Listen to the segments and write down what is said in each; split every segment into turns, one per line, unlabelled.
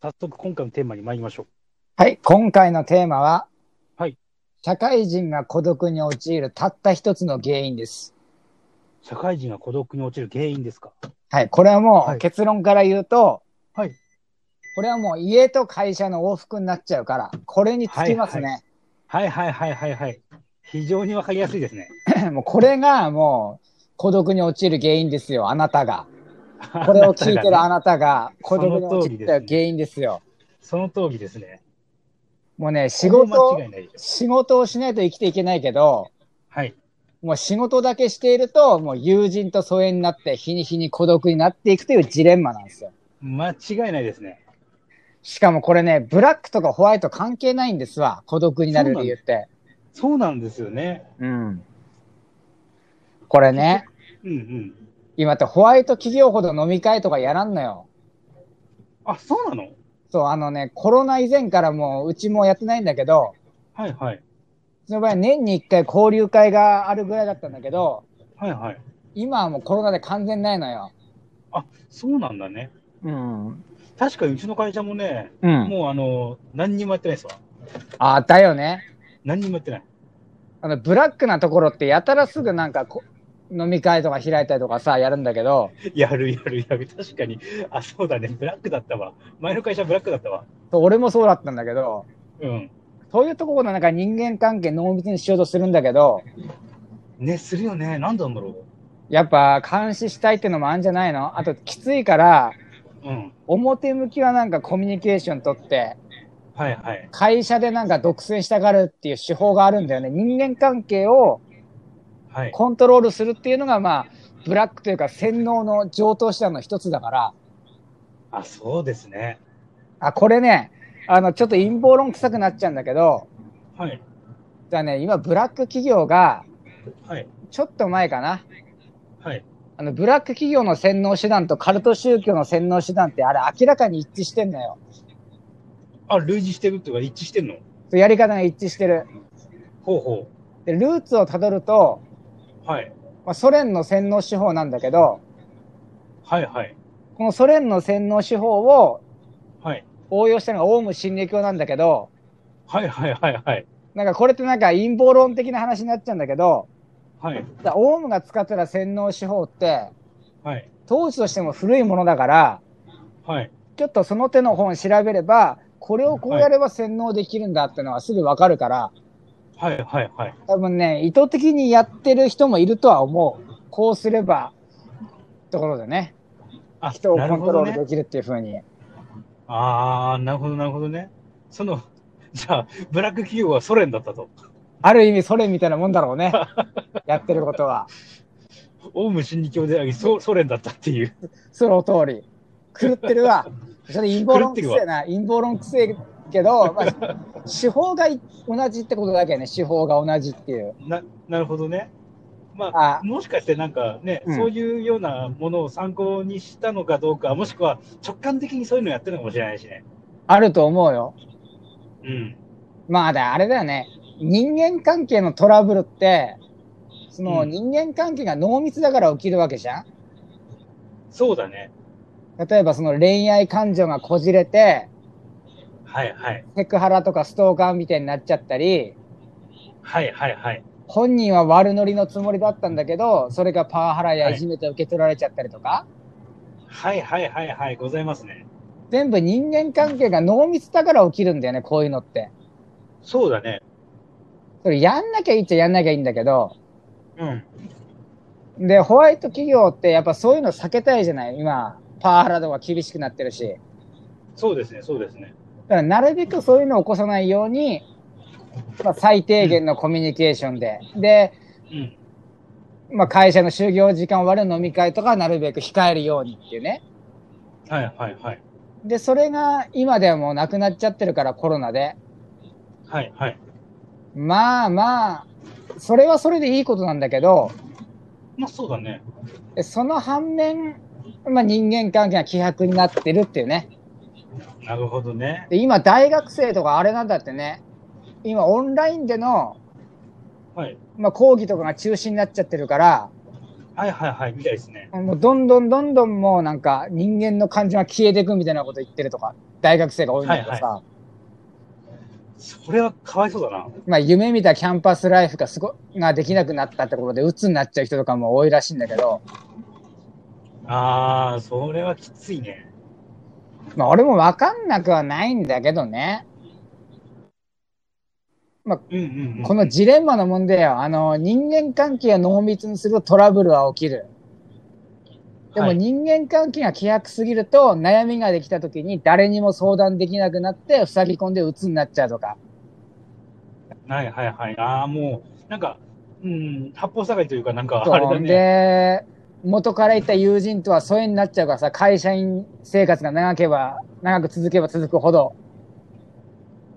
早速今回のテーマに参りましょう。
はい、今回のテーマは、
はい
社会人が孤独に陥るたった一つの原因です。
社会人が孤独に落ちる原因ですか。
はい、これはも
は
う
い
結論から言うと、
はい
これはもう家と会社の往復になっちゃうから、これにつきますね。
はいはいはいはいはい。非常にわかりやすいですね。
もうこれがもう孤独に陥る原因ですよ、あなたが。これを聞いてるあ
あなたがね
なたが孤独に陥っちゃう原因ですよ。
その通りですね。
もうね、仕
これ
事
間違いないでしょ。
仕事をしないと生きていけないけど、
はい。
もう仕事だけしていると、もう友人と疎遠になって、日に日に孤独になっていくというジレンマなんですよ。
間違いないですね。
しかもこれね、ブラックとかホワイト関係ないんですわ、孤独になる理由って。
そうなんですよね。
うん。これね、
うんうん。
今ってホワイト企業ほど飲み会とかやらんのよ。
あ、そうなの
そう、あのね、コロナ以前からもううちもやってないんだけど、
はいはい。
その場合年に1回交流会があるぐらいだったんだけど、
はいはい。
今はもうコロナで完全ないのよ。
そうなんだね。
うん。
確かにうちの会社もね、
うん。
もうあの、何にもやってないですわ。
あ、だよね。
何にもやってない。
あの、ブラックなところってやたらすぐなんかこ飲み会とか開いたりとかさ、やるんだけど、
やるやるやる。確かに。あ、そうだね。ブラックだったわ。前の会社ブラックだったわ。
そう俺もそうだったんだけど、
うん。
そういうところのなんか人間関係濃密にしようとするんだけど、
ね、するよね。なんなんだろ
やっぱ監視したいってのもあるんじゃないのあときついから、
う。うん。
表向きはなんかコミュニケーション取って、
はいはい。
会社でなんか独占したがるっていう手法があるんだよね。人間関係を
はい。
コントロールするっていうのがまあ、ブラックというか洗脳の上等手段の一つだから、
あ、そうですね。
あ、これね、あの、ちょっと陰謀論臭くなっちゃうんだけど、
はい。
じゃあね、今、ブラック企業が、
はい。
ちょっと前かな。
はい。
あの、ブラック企業の洗脳手段とカルト宗教の洗脳手段って、あれ明らかに一致してんのよ。
あ、類似してるっていうか、一致してんの
そうやり方が一致してる。
ほうほ
で、ルーツをたどると、
う。はい。
まあ、ソ連の洗脳手法なんだけど、
はいはい。
このソ連の洗脳手法を
はい。
応用したのがオウム真理教なんだけど、
はいはいはいはい。
なんかこれってなんか陰謀論的な話になっちゃうんだけど、
はい。
だからオウムが使ってた洗脳手法って、
はい。
当時としても古いものだから、
はい。
ちょっとその手の本調べれば、これをこうやれば洗脳できるんだってのがすぐわかるから、
はいはいはい。
多分ね、意図的にやってる人もいるとは思う。こうすれば、ところでね、
あ
人をコ
なる
ン
ほ
トロ
ど
ール
ね。
できるっていうふうに。
ああ、なるほどなるほどね。その、 じゃあ、ブラック企業はソ連だったと。
ある意味ソ連みたいなもんだろうね。やってることは。
オウム真理教であり、ソソ連だったっていう。
その通り。狂ってるわ。それ陰謀論くせえな。陰謀論くせえけど、まあ、手法がい同じってことだけね。手法が同じっていう。
な、なるほどね。まあ、
あ
もしかしてなんかね、
うん
そういうようなものを参考にしたのかどうか、もしくは直感的にそういうのやってるのかもしれないしね。
あると思うよ。
うん。
まあだ、あれだよね。人間関係のトラブルって、その
うん
人間関係が濃密だから起きるわけじゃん、
そうだね。
例えばその恋愛感情がこじれて、
はいはい。
セクハラとかストーカーみたいになっちゃったり、
はいはいはい。
本人は悪ノリのつもりだったんだけど、それがパワハラやいじめて受け取られちゃったりとか、
はいはいはいはい。ございますね。
全部人間関係が濃密だから起きるんだよね、こういうのって。
そうだね。
それやんなきゃいいっちゃやんなきゃいいんだけど、
うん。
で、ホワイト企業ってやっぱそういうの避けたいじゃない今、パワハラとか厳しくなってるし。
そうですね、そうですね。
だからなるべくそういうのを起こさないように、まあ、最低限のコミュニケーションで、で、
うん。
まあ、会社の就業時間終わる飲み会とかはなるべく控えるようにっていうね。
はいはいはい。
で、それが今ではもうなくなっちゃってるからコロナで。
はいはい。
まあまあ、それはそれでいいことなんだけど、
まあそうだね。
でその反面、まあ人間関係が希薄になってるっていうね。
なるほどね。
で今大学生とかあれなんだってね。今オンラインでの、
はい。
まあ講義とかが中止になっちゃってるから、
はいはいはい、みたいですね。
もうどんどんどんどんもうなんか人間の感情が消えていくみたいなこと言ってるとか、大学生が多いんだけどさ、
それはかわいそうだな。
まあ夢見たキャンパスライフがすごができなくなったってことで鬱になっちゃう人とかも多いらしいんだけど、
ああ、それはきついね。
まあ俺もわかんなくはないんだけどね、
うんうん、うん。
このジレンマの問題よ。あの、人間関係を濃密にするとトラブルは起きる。でも
はい
人間関係が希薄すぎると悩みができた時に誰にも相談できなくなって塞ぎ込んで鬱になっちゃうとか。
はいはいはい。ああ、もう、なんか、うん、八方下がりというか、なんか、
そう
あれだね。
で、元からいた友人とは疎遠になっちゃうからさ、会社員生活が長ければ、長く続けば続くほど、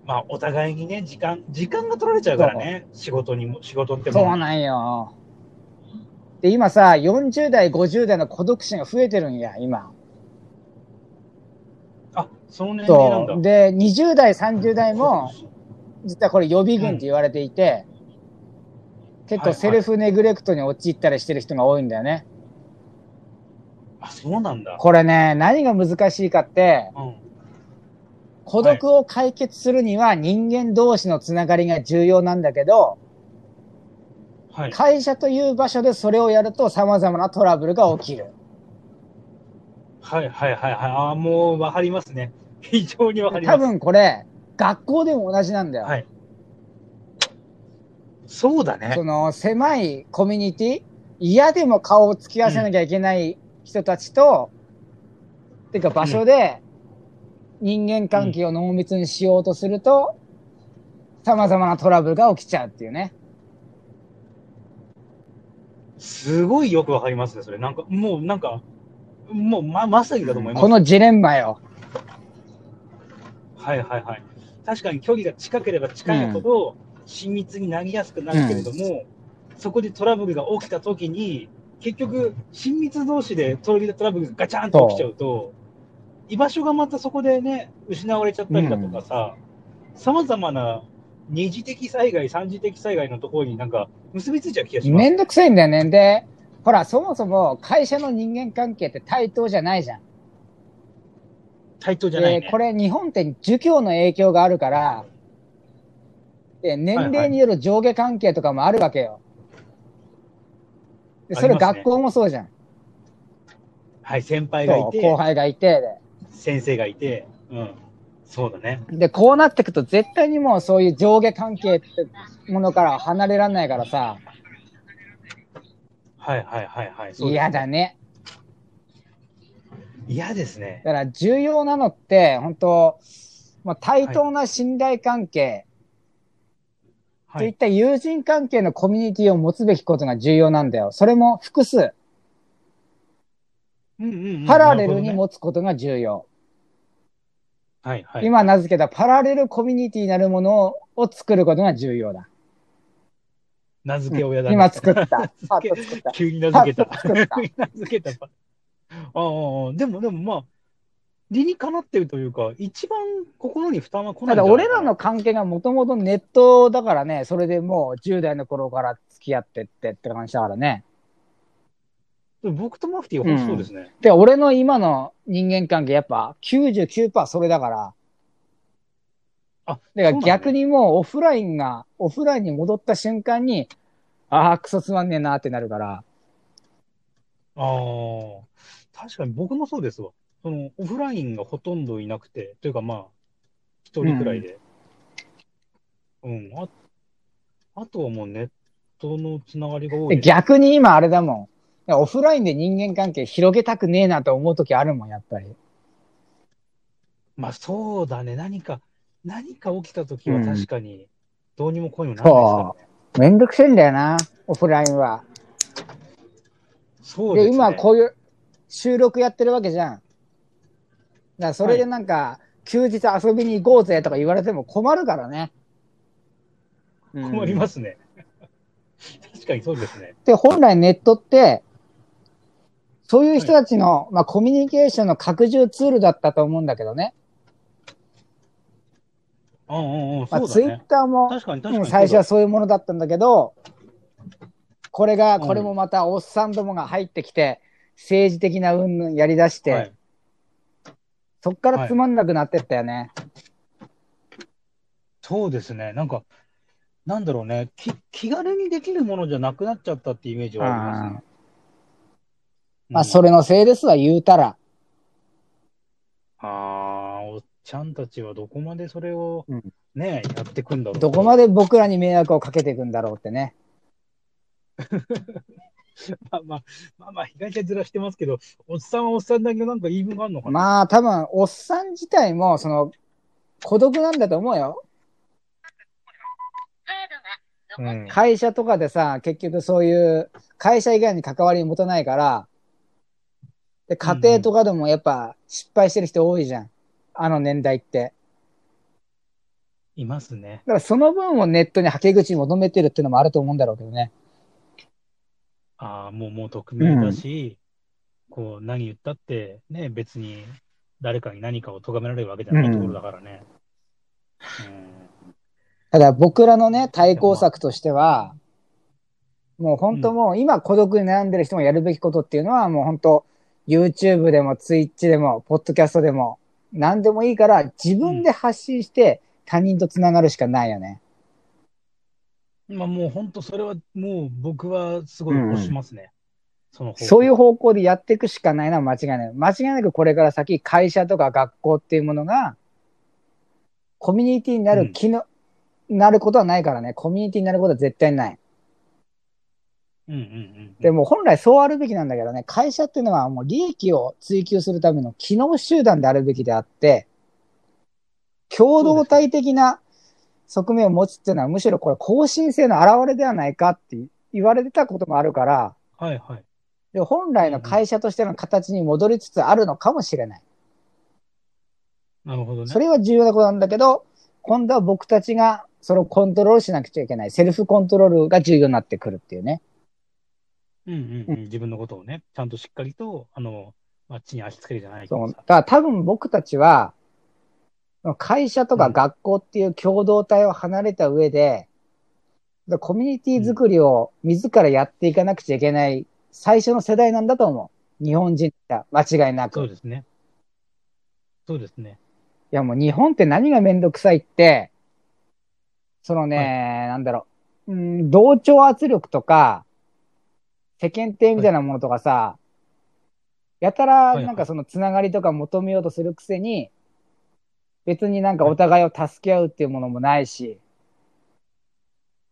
まあ、お互いにね、時間、時間が取られちゃうからね。仕事にも、仕事って
そう
も。
なんよ。で、今さ、40代、50代の孤独死が増えてるんや、今。
あ、その年齢なん
そ
だ
う。。で、20代、30代も、実はこれ予備軍って言われていて、結構セルフネグレクトに陥ったりしてる人が多いんだよね。
あ、そうなんだ。
これね、何が難しいかって、
うん。
孤独を解決するには人間同士のつながりが重要なんだけど、
はい。
会社という場所でそれをやると様々なトラブルが起きる。
はいはいはいはい。ああ、もう、わかりますね。非常にわかります。
多分これ、学校でも同じなんだよ。
はい。そうだね
そ。の狭いコミュニティ、嫌でも顔を突き合わせなきゃいけない人たちと、てか場所で人間関係を濃密にしようとすると、様々なトラブルが起きちゃうっていうね。
すごいよくわかりますね、それ。なんか、もう、なんか、もう、ま、まさにだと思います。
このジレンマよ。
はいはいはい。確かに距離が近ければ近いほど、親密になりやすくなるけれども、そこでトラブルが起きたときに、結局、親密同士でトラブルがガチャンと起きちゃうと、居場所がまたそこでね、失われちゃったりだとかさ、さまざまな二次的災害、三次的災害のところになんか結びついちゃう気がします。
めんどくさいんだよね。で、ほら、そもそも会社の人間関係って対等じゃないじゃん。
対等じゃない、ね
で、これ日本って儒教の影響があるから、で年齢による上下関係とかもあるわけよ。でそれ
ありますね
学校もそうじゃん。
はい、先輩がい
そう
て
後、輩がいて
先生がいて、うん。そうだね。
で。で、こうなってくと絶対にもうそういう上下関係ってものから離れられないからさ、
はいはいはいはい。そうです
嫌だね。
嫌ですね。
だから重要なのって、本当まあ、対等な信頼関係、
は
といっ
い。
た友人関係のコミュニティを持つべきことが重要なんだよ。それも複数、
うんうんうん
パラレ
なるほ
ルに
どね
持つことが重要。
はいはい。
今名付けたパラレルコミュニティなるものを作ることが重要だ。
名付け親だ、ね。
今 作った。パッと作った。
急に名付けた
パ。ッと作った
急に 名付けた。ああ、でもでもまあ、理にかなってるというか、一番心に負担は来な
た
いんじ
だ
ゃない
俺らの関係がもともとネットだからね、それでもう10代の頃から付き合ってってって感じだからね。
の。僕とマフティーは本当そうですね。
で、俺の今の人間関係やっぱ99%それだから。
あ、
だから逆にもうオフラインが、オフラインに戻った瞬間に、ああ、クソつまんねえなってなるから。
ああ、確かに僕もそうですわ。そのオフラインがほとんどいなくて、というかまあ、一人くらいで。うん、あ、あとはもうネットのつながりが多い
で
ね。
逆に今あれだもん。オフラインで人間関係広げたくねえなと思う時あるもん、やっぱり。
まあそうだね、何か、何か起きたときは
うん
確かに、どうにもこうにもならないですからね。
めんどくせえんだよな、オフラインは。
そう
で、
ですね。
今こういう収録やってるわけじゃん。だからそれでなんか、休日遊びに行こうぜとか言われても困るからね。
困りますね。確かにそうですね。
で、本来ネットって、そういう人たちの、まあ、コミュニケーションの拡充ツールだったと思うんだけどね。
うんうんうん、
ま
そ
あ、
うだ
ツイッ
ね。
ターも、
確かに確かに
うん
そうだ。
最初はそういうものだったんだけど、これが、
うん
これもまたおっさんどもが入ってきて、政治的な云々やりだして、
はい
そっからつまんなくなってったよね。
そうですね。なんか、なんだろうね。き気軽にできるものじゃなくなっちゃったっていうイメージはあります
うん
ね。
まあ、そ
れ。
れのせいですわ、言うたら。
ああ、おっちゃんたちはどこまでそれを
うん
ね、やってくんだろう。
どこまで僕らに迷惑をかけていくんだろうってね。
まあまあ、まあまあ、被害者ずらしてますけど、おっさんはおっさんだけどなんか言い分があるのかな。
まあ、多分、おっさん自体も、その、孤独なんだと思うよ。
うん。
会社とかでさ、結局そういう、会社以外に関わりを持たないから、で家庭とかでもやっぱ失敗してる人多いじゃん。あの年代って。
いますね
だ。からその分をネットにはけ口求めてるっていうのもあると思うんだろうけどね。
ああ、もう、もう匿名だし、こう、何言ったって、ね、別に誰かに何かを咎められるわけじゃな
う
い
ん
ところだからね。うん
ただ僕らのね、対抗策としては、もう本当もう今孤独に悩んでる人もやるべきことっていうのはもう本当 YouTube でも Twitch でも、ポッドキャストでも、何でもいいから自分で発信して他人とつながるしかないよね。
まあもう本当それはもう僕はすごい推しますね。その方向
そういう方向でやっていくしかないのは間違いない。間違いなくこれから先、会社とか学校っていうものが、コミュニティにな
うん
る機能、なることはないからね。コミュニティになることは絶対ない。
うんうんうん。
でも本来そうあるべきなんだけどね、会社っていうのはもう利益を追求するための機能集団であるべきであって、共同体的な側面を持つっていうのはむしろこれ更新性の表れではないかって言われてたこともあるから、
はいはい。
で本来の会社としての形に戻りつつあるのかもしれない。
なるほどね。
それは重要なことなんだけど、今度は僕たちがそれをコントロールしなくちゃいけない。セルフコントロールが重要になってくるっていうね。
うんうんうん。自分のことをね、ちゃんとしっかりと、あの、まあ、地に足つけるじゃないけ
そ
ど
う。だ
さ
から多分僕たちは、会社とか学校っていう共同体を離れた上で、だからコミュニティ作りを自らやっていかなくちゃいけない最初の世代なんだと思う。日本人だ。間違いな
そ
く。
う
い
ですね。そうですね。
やもう日本って何がめんどくさいって、そのね、なんだろう、うん、同調圧力とか、世間体みたいなものとかさ、やたらなんかそのつながりとか求めようとするくせに、別になんかお互いを助け合うっていうものもないし、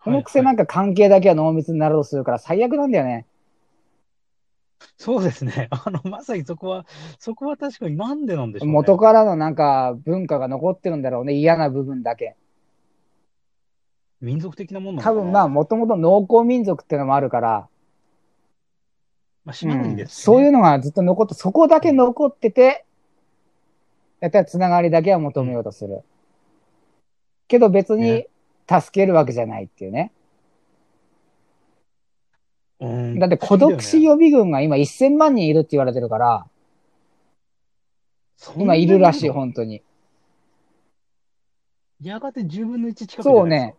このくせ
はいは
ないんか関係だけは濃密になろうとするから最悪なんだよね。
そうですね。 あの、まさにそこは、そこは確かになんでなんでしょうね。
元からのなんか文化が残ってるんだろうね、嫌な部分だけ。
民族的なものな
多
のかな
分まあ、もともと農耕民族っていうのもあるから、
まあ、島
う
国
ん
ですしね
そういうのがずっと残って、そこだけ残ってて、やったらつながりだけは求めようとする。けど別に
ね
助けるわけじゃないっていうね。
うん
だって孤独死予備軍が今1000万人いるって言われてるから、
そんな
今
に
いるらしい、本当に。
やがて10分の1近くじゃない
そうね。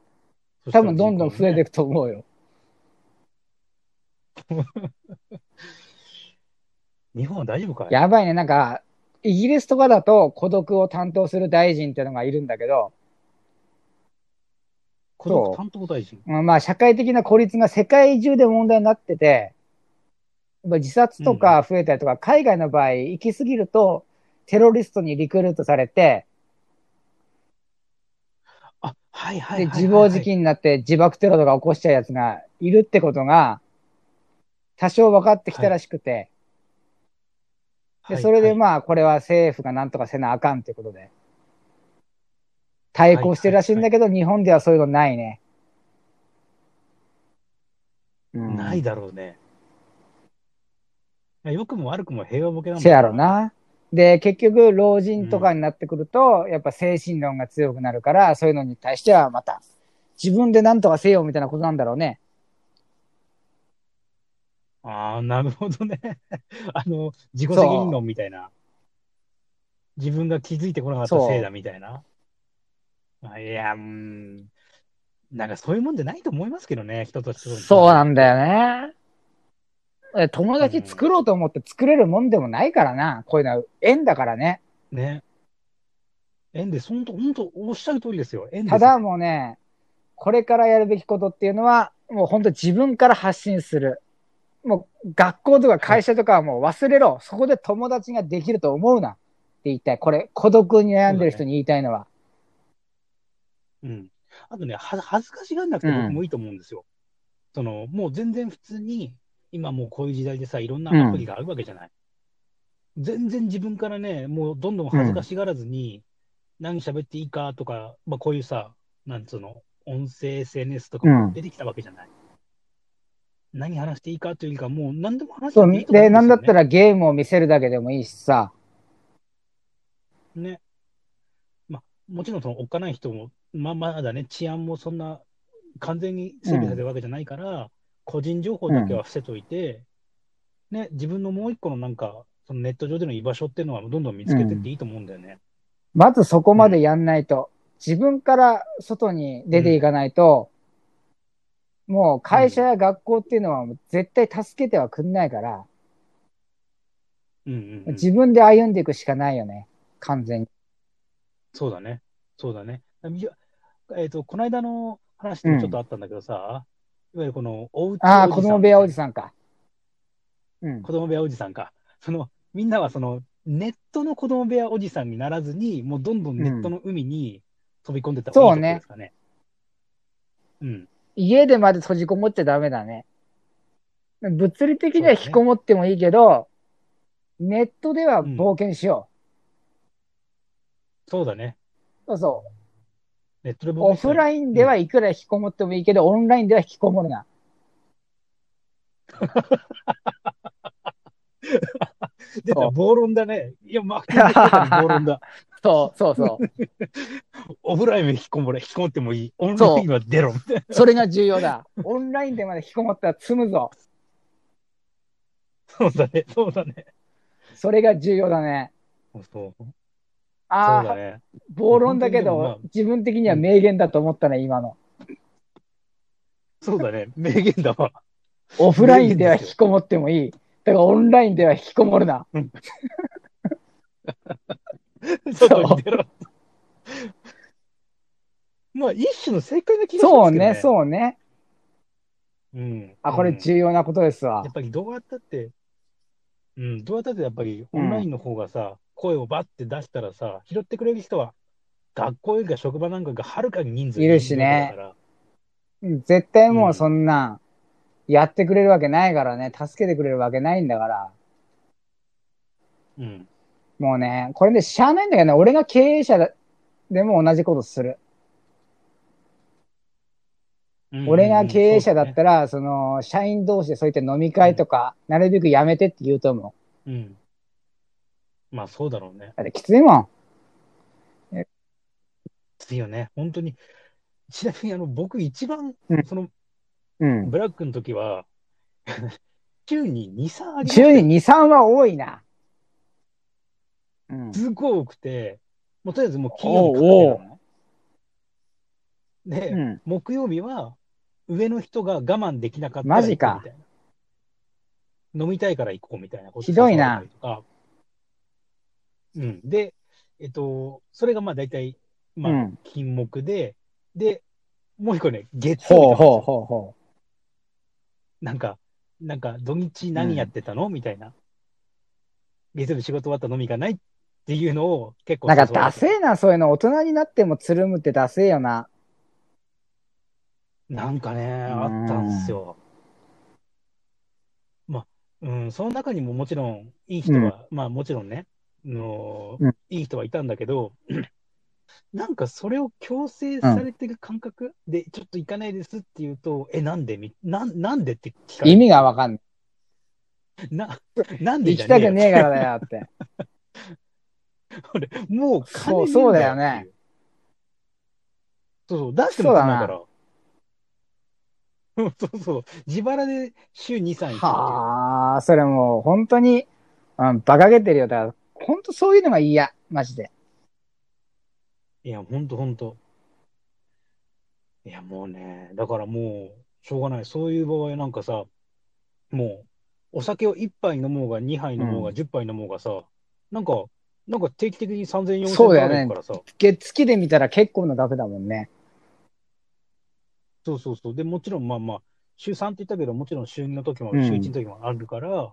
ですか。
多分どんどん増えてい
く。
くと思うよ。
日本は大丈夫かい
やばいね。なんか、イギリスとかだと孤独を担当する大臣っていうのがいるんだけど、
孤独担当大臣。
まあまあ社会的な孤立が世界中で問題になってて、やっぱ自殺とか増えたりとか、海外の場合、行き過ぎるとテロリストにリクルートされて、
あ、はいはいはいは
で、
いはい。
自暴自棄になって自爆テロとか起こしちゃうやつがいるってことが、多少分かってきたらしくて、
はい
で、
はい
それでまあ、これは政府がなんとかせなあかんってことで、対抗してるらしいんだけど、日本ではそういうのないね。
な
う
い
ん。
だろうね。いや良くも悪くも平和ボケなもん
せやろ。な。で、結局、老人とかになってくると、やっぱ精神論が強くなるから、そういうのに対してはまた、自分でなんとかせよみたいなことなんだろうね。
ああ、なるほどね。 あの、自己責任論みたいな。自分が気づいてこなかったせいだみたいな。あいや、うん。なんかそういうもんじゃないと思いますけどね、人と人と。
そうなんだよね。え友達作ろうと思って作れるもんでもないからな。こういうのは縁だからね。
ね。縁です。本当本当おっしゃる通りですよ。縁です。
ただ、もうね、これからやるべきことっていうのは、もう本当自分から発信する。もう学校とか会社とかはもう忘れろ。そこで友達ができると思うな。って言いたい。これ、孤独に悩んでる人に言いたいのは。
うん。あとね、は恥ずかしがんなくて僕もいいと思うんですよ。その、もう全然普通に、今もうこういう時代でさ、いろんなアプリがあるわけじゃない。全然自分からね、もうどんどん恥ずかしがらずに、何喋っていいかとか、まあこういうさ、なんつうの、音声 SNS とか
う
も
ん
出てきたわけじゃない。何話していいかというよりか、もう何でも話して
そ
もいういと思う
で、なんん
で
だ
す
っ
よ
た
ね。
らゲームを見せるだけでもいいしさ。
ね。まあ、もちろんそのおっかない人も、まあ、まだね、治安もそんな完全に整備されてるわけじゃないから、個人情報だけは伏せといて、ね、自分のもう一個のなんか、そのネット上での居場所っていうのはどんどん見つけてっていいと思うんだよね。
まずそこまでやんないと、自分から外に出ていかないと、もう会社や学校っていうのはもう絶対助けてはくんないから、
うんうん、うん。
自分で歩んでいくしかないよね。完全に。
そうだね。そうだね。いやえっ、と、この間の話でもちょっとあったんだけどさ、いわゆるこの、おうち
ああ、
おじさん
子供部屋おじさんか。うん。
子供部屋おじさんか。その、みんなはその、ネットの子供部屋おじさんにならずに、もうどんどんネットの海に飛び込んでった方がいいってことですかね。うん。
家でまで閉じこもっちゃダメだね。物理的には引きこもってもいいけど、ネットでは冒険しよ
そうだね。
う。そうそう。
ネットで
オフ
イ
ラインではいくら引きこもってもいいけど、オンラインでは引きこもるな。
ン。出た、暴論だね。いや、まあ、暴論 だ。
そうそうそう。
オフラインは引きこもれ、引きこもってもいい。オンラインは出ろ。みたいな
それが重要だ。オンラインでまで引きこもったら積むぞ。
そうだね。そうだね。
それが重要だね。
そうそう
あ
だ
あ、
ね。
暴論だけ
本当にでもまあ
ど、自分的には名言だと思ったね、今の。
そうだね。名言だわ。
オフラインでは引きこもってもいい。だからオンラインでは引きこもるな。
外に出ろ。まあ、一種の正解な気がし
そ
ま
う
すけど
ね、
ね。う
そうね。
ね、うん。
あ、これ重要なことですわ
やっ。ぱりどうやったって、うん、どうやったってやっぱりオンラインの方がさ、声をバッて出したらさ、拾ってくれる人は、学校よりか職場なんかがはるかに人数
いるしね
だから
うん絶対もうそんな、やってくれるわけないからね。助けてくれるわけないんだから。
うん。
もうね、これでしゃあないんだけどね、俺が経営者だでも同じことする。俺が経営者だったら、その、社員同士でそういった飲み会とか、なるべくやめてって言うと思
うん、うん。まあそうだろうね
う。。だってきついもん。
きついよね。本当に。ちなみにあの、僕一番
うん、
その、
うん。
ブラックの時は、 週に2、3ありましたよ
10に2、3は多いな。うん。
すごい多くて、もうとりあえずもう金曜日確定なのね。で、
うん。
木曜日は上の人が我慢できなかったら
マジか
行こうみたいな。飲みたいから行こうみたいなこと
ひどいな
誘われたりとか。うん。で、えっと、それがまあ大体、ま
う
あ、
ん
金目で、で、もう一個ね、月曜日なん
ほう
ですよ
ほうほうほ
なんか、なんか土日何やってたの、みたいな。月曜日仕事終わったのみがないっていうのを結
う。
構
なんか、
誘わ
ダ
れて
セえな、そういうの。大人になってもつるむってダセえよな。
なんかね、あったんですよ。まあ、うん、その中にももちろん、いい人は、まあもちろんね、あの
うん
いい人はいたんだけど、 なんかそれを強制されてる感覚で、ちょっと行かないですって言うと、え、なんでみなんなんでって聞かれ
意
る。
味がわかんない。
な、なんで
行
じゃ
きたく
よ
ねえからだよって。
俺もう金ねえん
そうそうだよね
っていう。そうそう、出してもらえないから。そうそう、自腹で週2、3行
はあ、それもう本当に、うん、馬鹿げてるよ。だから、本当そういうのが嫌。マジで。
く。いや、ほんとほんと。いや、もうね、だからもう、しょうがない。そういう場合なんかさ、もう、お酒を1杯飲もうが、2杯飲もうが、
うん
10杯飲もうがさ、なんか、なんか定期的に3000、4000
そうだよね
払うからさ、
月月で見たら結構な額だもんね。
そうそうそう。で、もちろん、まあまあ、週3って言ったけど、もちろん週2の時も、
うん
週1の時もあるから、でも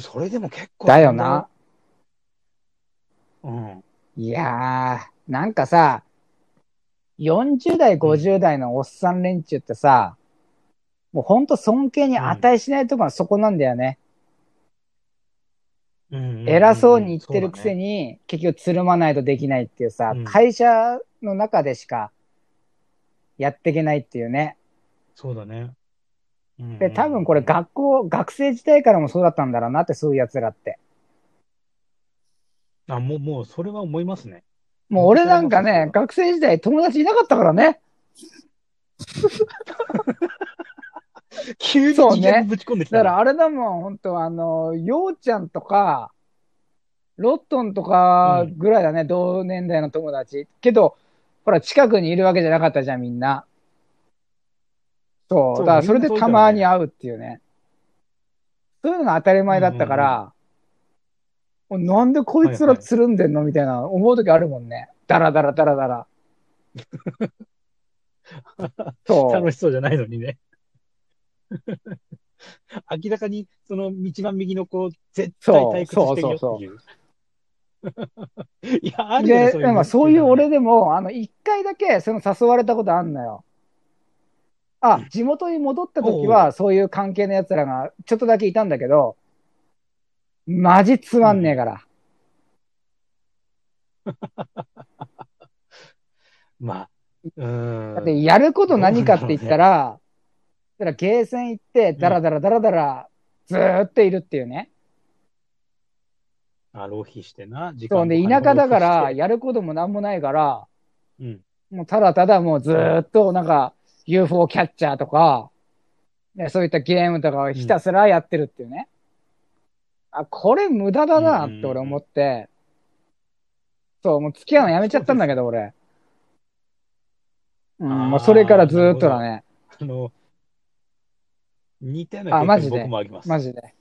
それでも結構。
だよな。。
うん。
いやー、なんかさ、40代、50代のおっさん連中ってさ、もうほんと尊敬に値しないとこがそこなんだよね。
うんうんん
偉そうに言ってるくせに、結局つるまないとできないっていうさ、
うん
会社の中でしかやっていけないっていうね。
そうだね。そうだね。
で、多分これ
が
学校、学生時代からもそうだったんだろうなって、そういう奴らって。
あ、もう、もう、それは思いますね。
もう俺なんかね
本、
学生時代友達いなかったからね。
急に
そう
自
ね
虐ぶち込んできた
だ
な
からあれだもん、本当あの、ようちゃんとか、ロットンとかぐらいだね、同年代の友達。けど、ほら、近くにいるわけじゃなかったじゃん、みんな。そう、
そう
だからそれで
みんな
た
そうだよね
まに会うっていうね。そういうのが当たり前だったから、もうなんでこいつらつるんでんのみたいな思う時あるもんね。だらだらだらだ ら。そう。
楽しそうじゃないのにね。 明らかに、その、道番右の子、絶対退屈してるよっていう。 いや、あるよね
で、なんかそういう俺
の。
でも、あの、一回だけその誘われたことあんのよ。あ、地元に戻った時
おう
は、そういう関係の奴らがちょっとだけいたんだけど、マジつまんねえから。
まあ、うーん。
だって、やること何かって言ったら、だからゲーセン行って、ダラダラダラダラ、ずーっといるっていうね。
あ浪費してな、時間
そう
も
で、
金も
田舎だか
浪
ら、
費して
やることもなんもないから、
うん。
もうただただもうずーっとなんか UFO キャッチャーとか、ね、そういったゲームとかをひたすらやってるっていうね。あ、これ無駄だなって俺思って、そう、もう付き合うのやめちゃったんだけど俺。うん、
あー
もうそれからずーっとだね。
あの、似たよう
あ
な
マ
経
ジ
験
で
僕もあります。
マジで。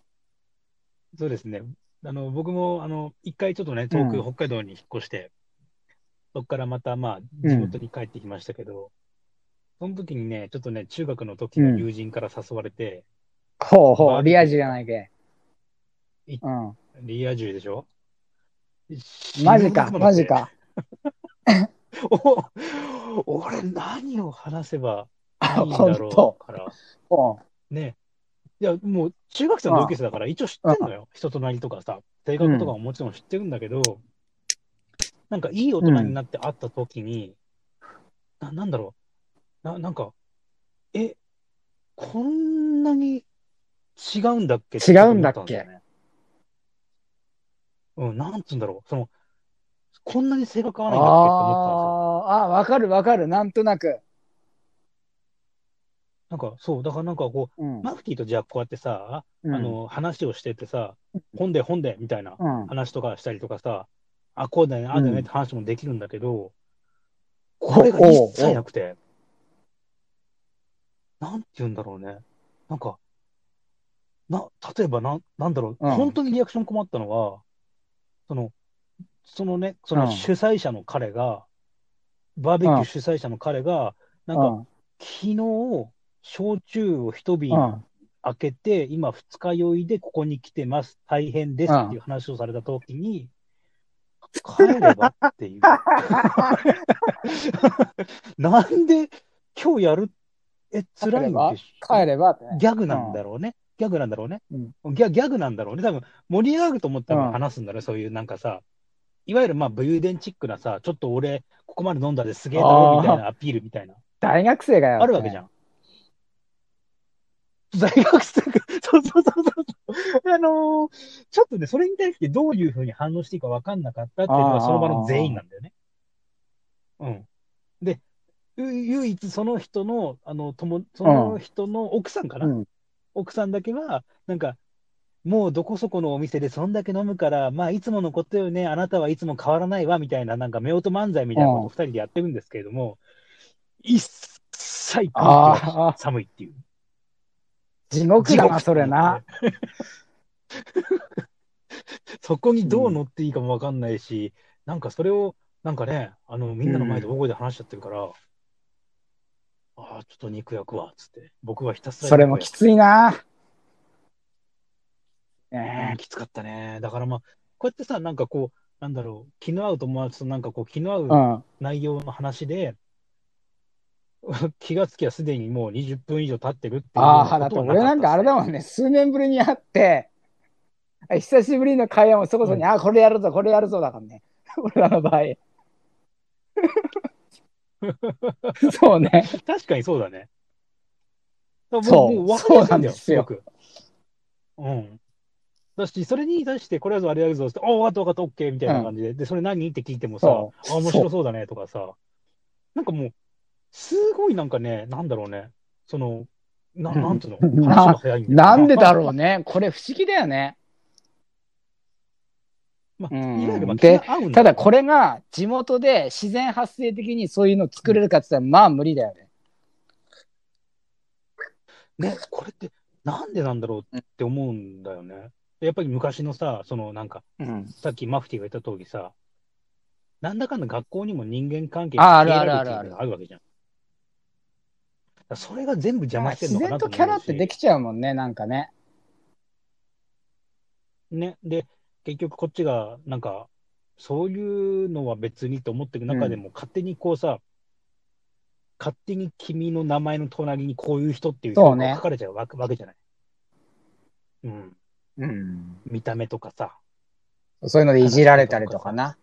そうですね。あの、僕も、あの、一回ちょっとね、遠
う
く
ん
北海道に引っ越して、そこからまた、まあ、地元に帰ってきましたけど、その時にね、ちょっとね、中学の時の友人から誘われて、
ほうほ
バー
う、
ベキュー
リア充じゃないけ。
い
うん。
リア充でしょ
マジか、マジ。か。
お俺、何を話せばいいんだろ
あ 本当
うから。
うん。
ねいや、もう中学生の同級生だから一応知ってんのよ。人となりとかさ、性格とかももちろん知ってるんだけど、なんかいい大人になって会った時に、ななんだろうな、なんか、え、こんなに違うんだっけ
違うんだっ
て
け
思たんよねうん、なんつうんだろう。その、こんなに性格合
あ
わ
ー
ないんだっけって思ったんですよ。
あー、わかるわかる、なんとなく。
なんか、そう、だからなんかこ
うん
う、。マフティーとじゃあこうやってさ、
うん
あ、の、話をしててさ、本で本でみたいな、
うん。
話とかしたりとかさ、あ、こうだよね、ああだよねって話もできるんだけど、
こ
これが一切なくて、なんて言うんだろうね。なんか、な、例えばなん、なんだろう、
うん
本当にリアクション困ったのは、その、そのね、そうの
ん
主催者の彼が、バーベキュ
う
ー
ん
主催者の彼が、なん
う
か、
ん
昨日、焼酎を一瓶
うん。
開けて、今、二日酔いでここに来てます、大変ですっていう話をされたときに、帰ればって いう。なんで今日やるえ、辛いんでしょ
帰ればってね。
ギャグなんだろうね。ギャグなんだろうね。
うん
ギャギャグなんだろうね。多分盛り上がると思った
う
ら
ん
話すんだろう、そういうなんかさ、いわゆるまあ武勇伝チックなさ、ちょっと俺、ここまで飲んだですげえだろみたいなアピールみたいな。
大学生がよ。
あるわけじゃん。大学生が、そうそうそうそう。あのーちょっとね、それに対してどういうふうに反応していいか分かんなかったっていうの
あ
が
ー
その場の全員なんだよね。うん。で、ゆ唯一その人の、あの、友、その人の奥さんかな、
うん
奥さんだけは、なんか、もうどこそこのお店でそんだけ飲むから、まあいつものことよね、あなたはいつも変わらないわ、みたいな、なんか夫婦漫才みたいなことを
うん
二人でやってるんですけれども、一臭いっていう
あ
か
あ、
寒いっていう。
地獄だな、それな。
そこにどう乗っていいかもわかんないし、なんかそれを、なんかね、あの、みんなの前で大声で話しちゃってるから、ああ、ちょっと肉焼くわ、つって。僕はひたすら
それもきついな。
う
ね
んきつかったね。だからまあ、こうやってさ、なんかこう、なんだろう、気の合う友達となんかこう、気の
え
合う
うん。
内容の話で、 気がつきゃすでにもう20分以上経ってるっていう
ああ、
こ
だって
とは
俺なんかあれだもんね、数年ぶりに会って、久しぶりの会話もそこそこに、ああ、これやるぞ、これやるぞだからね。 俺らの場合。そうね。
確かにそうだね。だから
そう
もも分かりやい
そうな
ご
ん
くうん。だし、それに対して、これやるぞ、あれやるぞって、おお、分かった、分かった、オッケーみたいな感じで、で、それ何って聞いてもさ、
そ
あ、面白そうだねとかさ、なんかもう、すごいなんかね、なんだろうね、その、な
うん
なんつうの、
な
話が早いんだよ
なんでだろうね。これ不思議だよね。
まあ、
う
い
ん
わゆる、まあ、
で
気が合うん
た
よ
だこれが地元で自然発生的にそういうの作れるかって言ったら、まあ無理だよね。
ね、これって、なんでなんだろうって思うんだよね。でやっぱり昔のさ、その、なんか、
うん。
さっきマフティーが言った通りさ、なんだかんだ学校にも人間関係
ああ
が
るある
られてるのがあるわけじゃん。だからそれが全部邪魔してる
自
のかな
然
と思
と
うし
キャラってできちゃうもんね、なんかね。
ね。で、結局こっちが、なんか、そういうのは別にと思ってる中でも、勝手にこうさ、勝手に君の名前の隣にこういう人っていう人
そうね
が書かれちゃうわけわけじゃない。うん。
うん。
見た目とかさ。
そういうのでいじられたりとかな。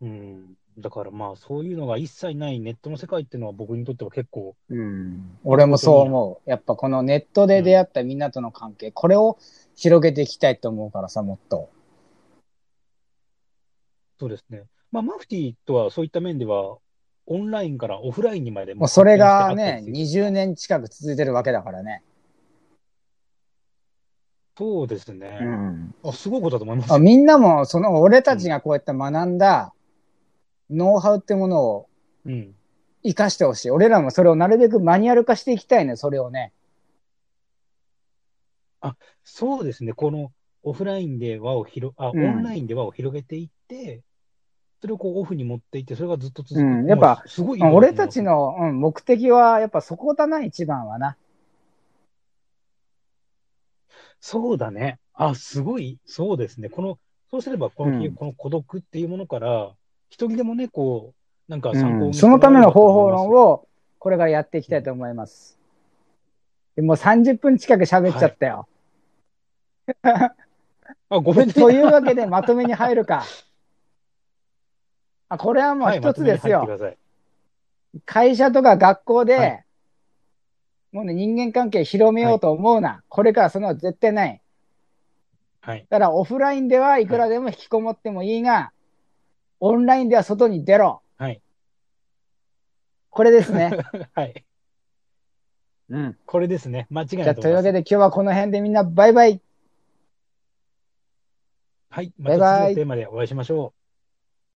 うん。だからまあ、そういうのが一切ないネットの世界っていうのは僕にとっては結構、
うん。俺もそう思う。やっぱこのネットで出会ったみんなとの関係、これを広げていきたいと思うからさ、もっと。
そうですね。まあ、マフティーとはそういった面では、オンラインからオフラインにまで
もうそれが
発展
ね、
していったっていう
20年近く続いてるわけだからね。
そうですね、
ん。
あ。すごいことだと思います
あ
よ。
みんなも、その俺たちがこうやって学んだ、ノウハウってものを
うん。
活かしてほしい。俺らもそれをなるべくマニュアル化していきたいね、それをね。
そうですね。このオフラインで輪を広、あ、オ
うん
ンラインで輪を広げていって、それをこうオフに持っていって、それがずっと続く。
うんやっぱ
もうすごいいいことだと思い
俺
ます
たち、の、うん、目的はやっぱそこだな、一番はな。
そうだね。あ、すごい、そうですね。この、そうすればこの、
うん
この孤独っていうものから、一人でもね、こう、なんか参考
うん
に
そのための方法論
を
を、これからやっていきたいと思います。でもう30分近く喋っちゃったよ。
あ、ごめんね。
というわけで、まとめに入るか。あこれはもう
はい
一つですよ。
まとめに入ってください
会社とか学校で、
はい
もうね、人間関係広めようと思うな。これからその絶対ない。
はい。
だからオフラインではいくらでも引きこもってもいいが、オンラインでは外に出ろ。
はい。
これですね。
はい。
うん。
これですね。間違い
じゃ
な
あ、
いと
と
思
い
いま
うわ
す
け。で今日はこの辺でみんなバイバイ。
はい。ま
バイバイ
た次のテーマでお会いしましょう。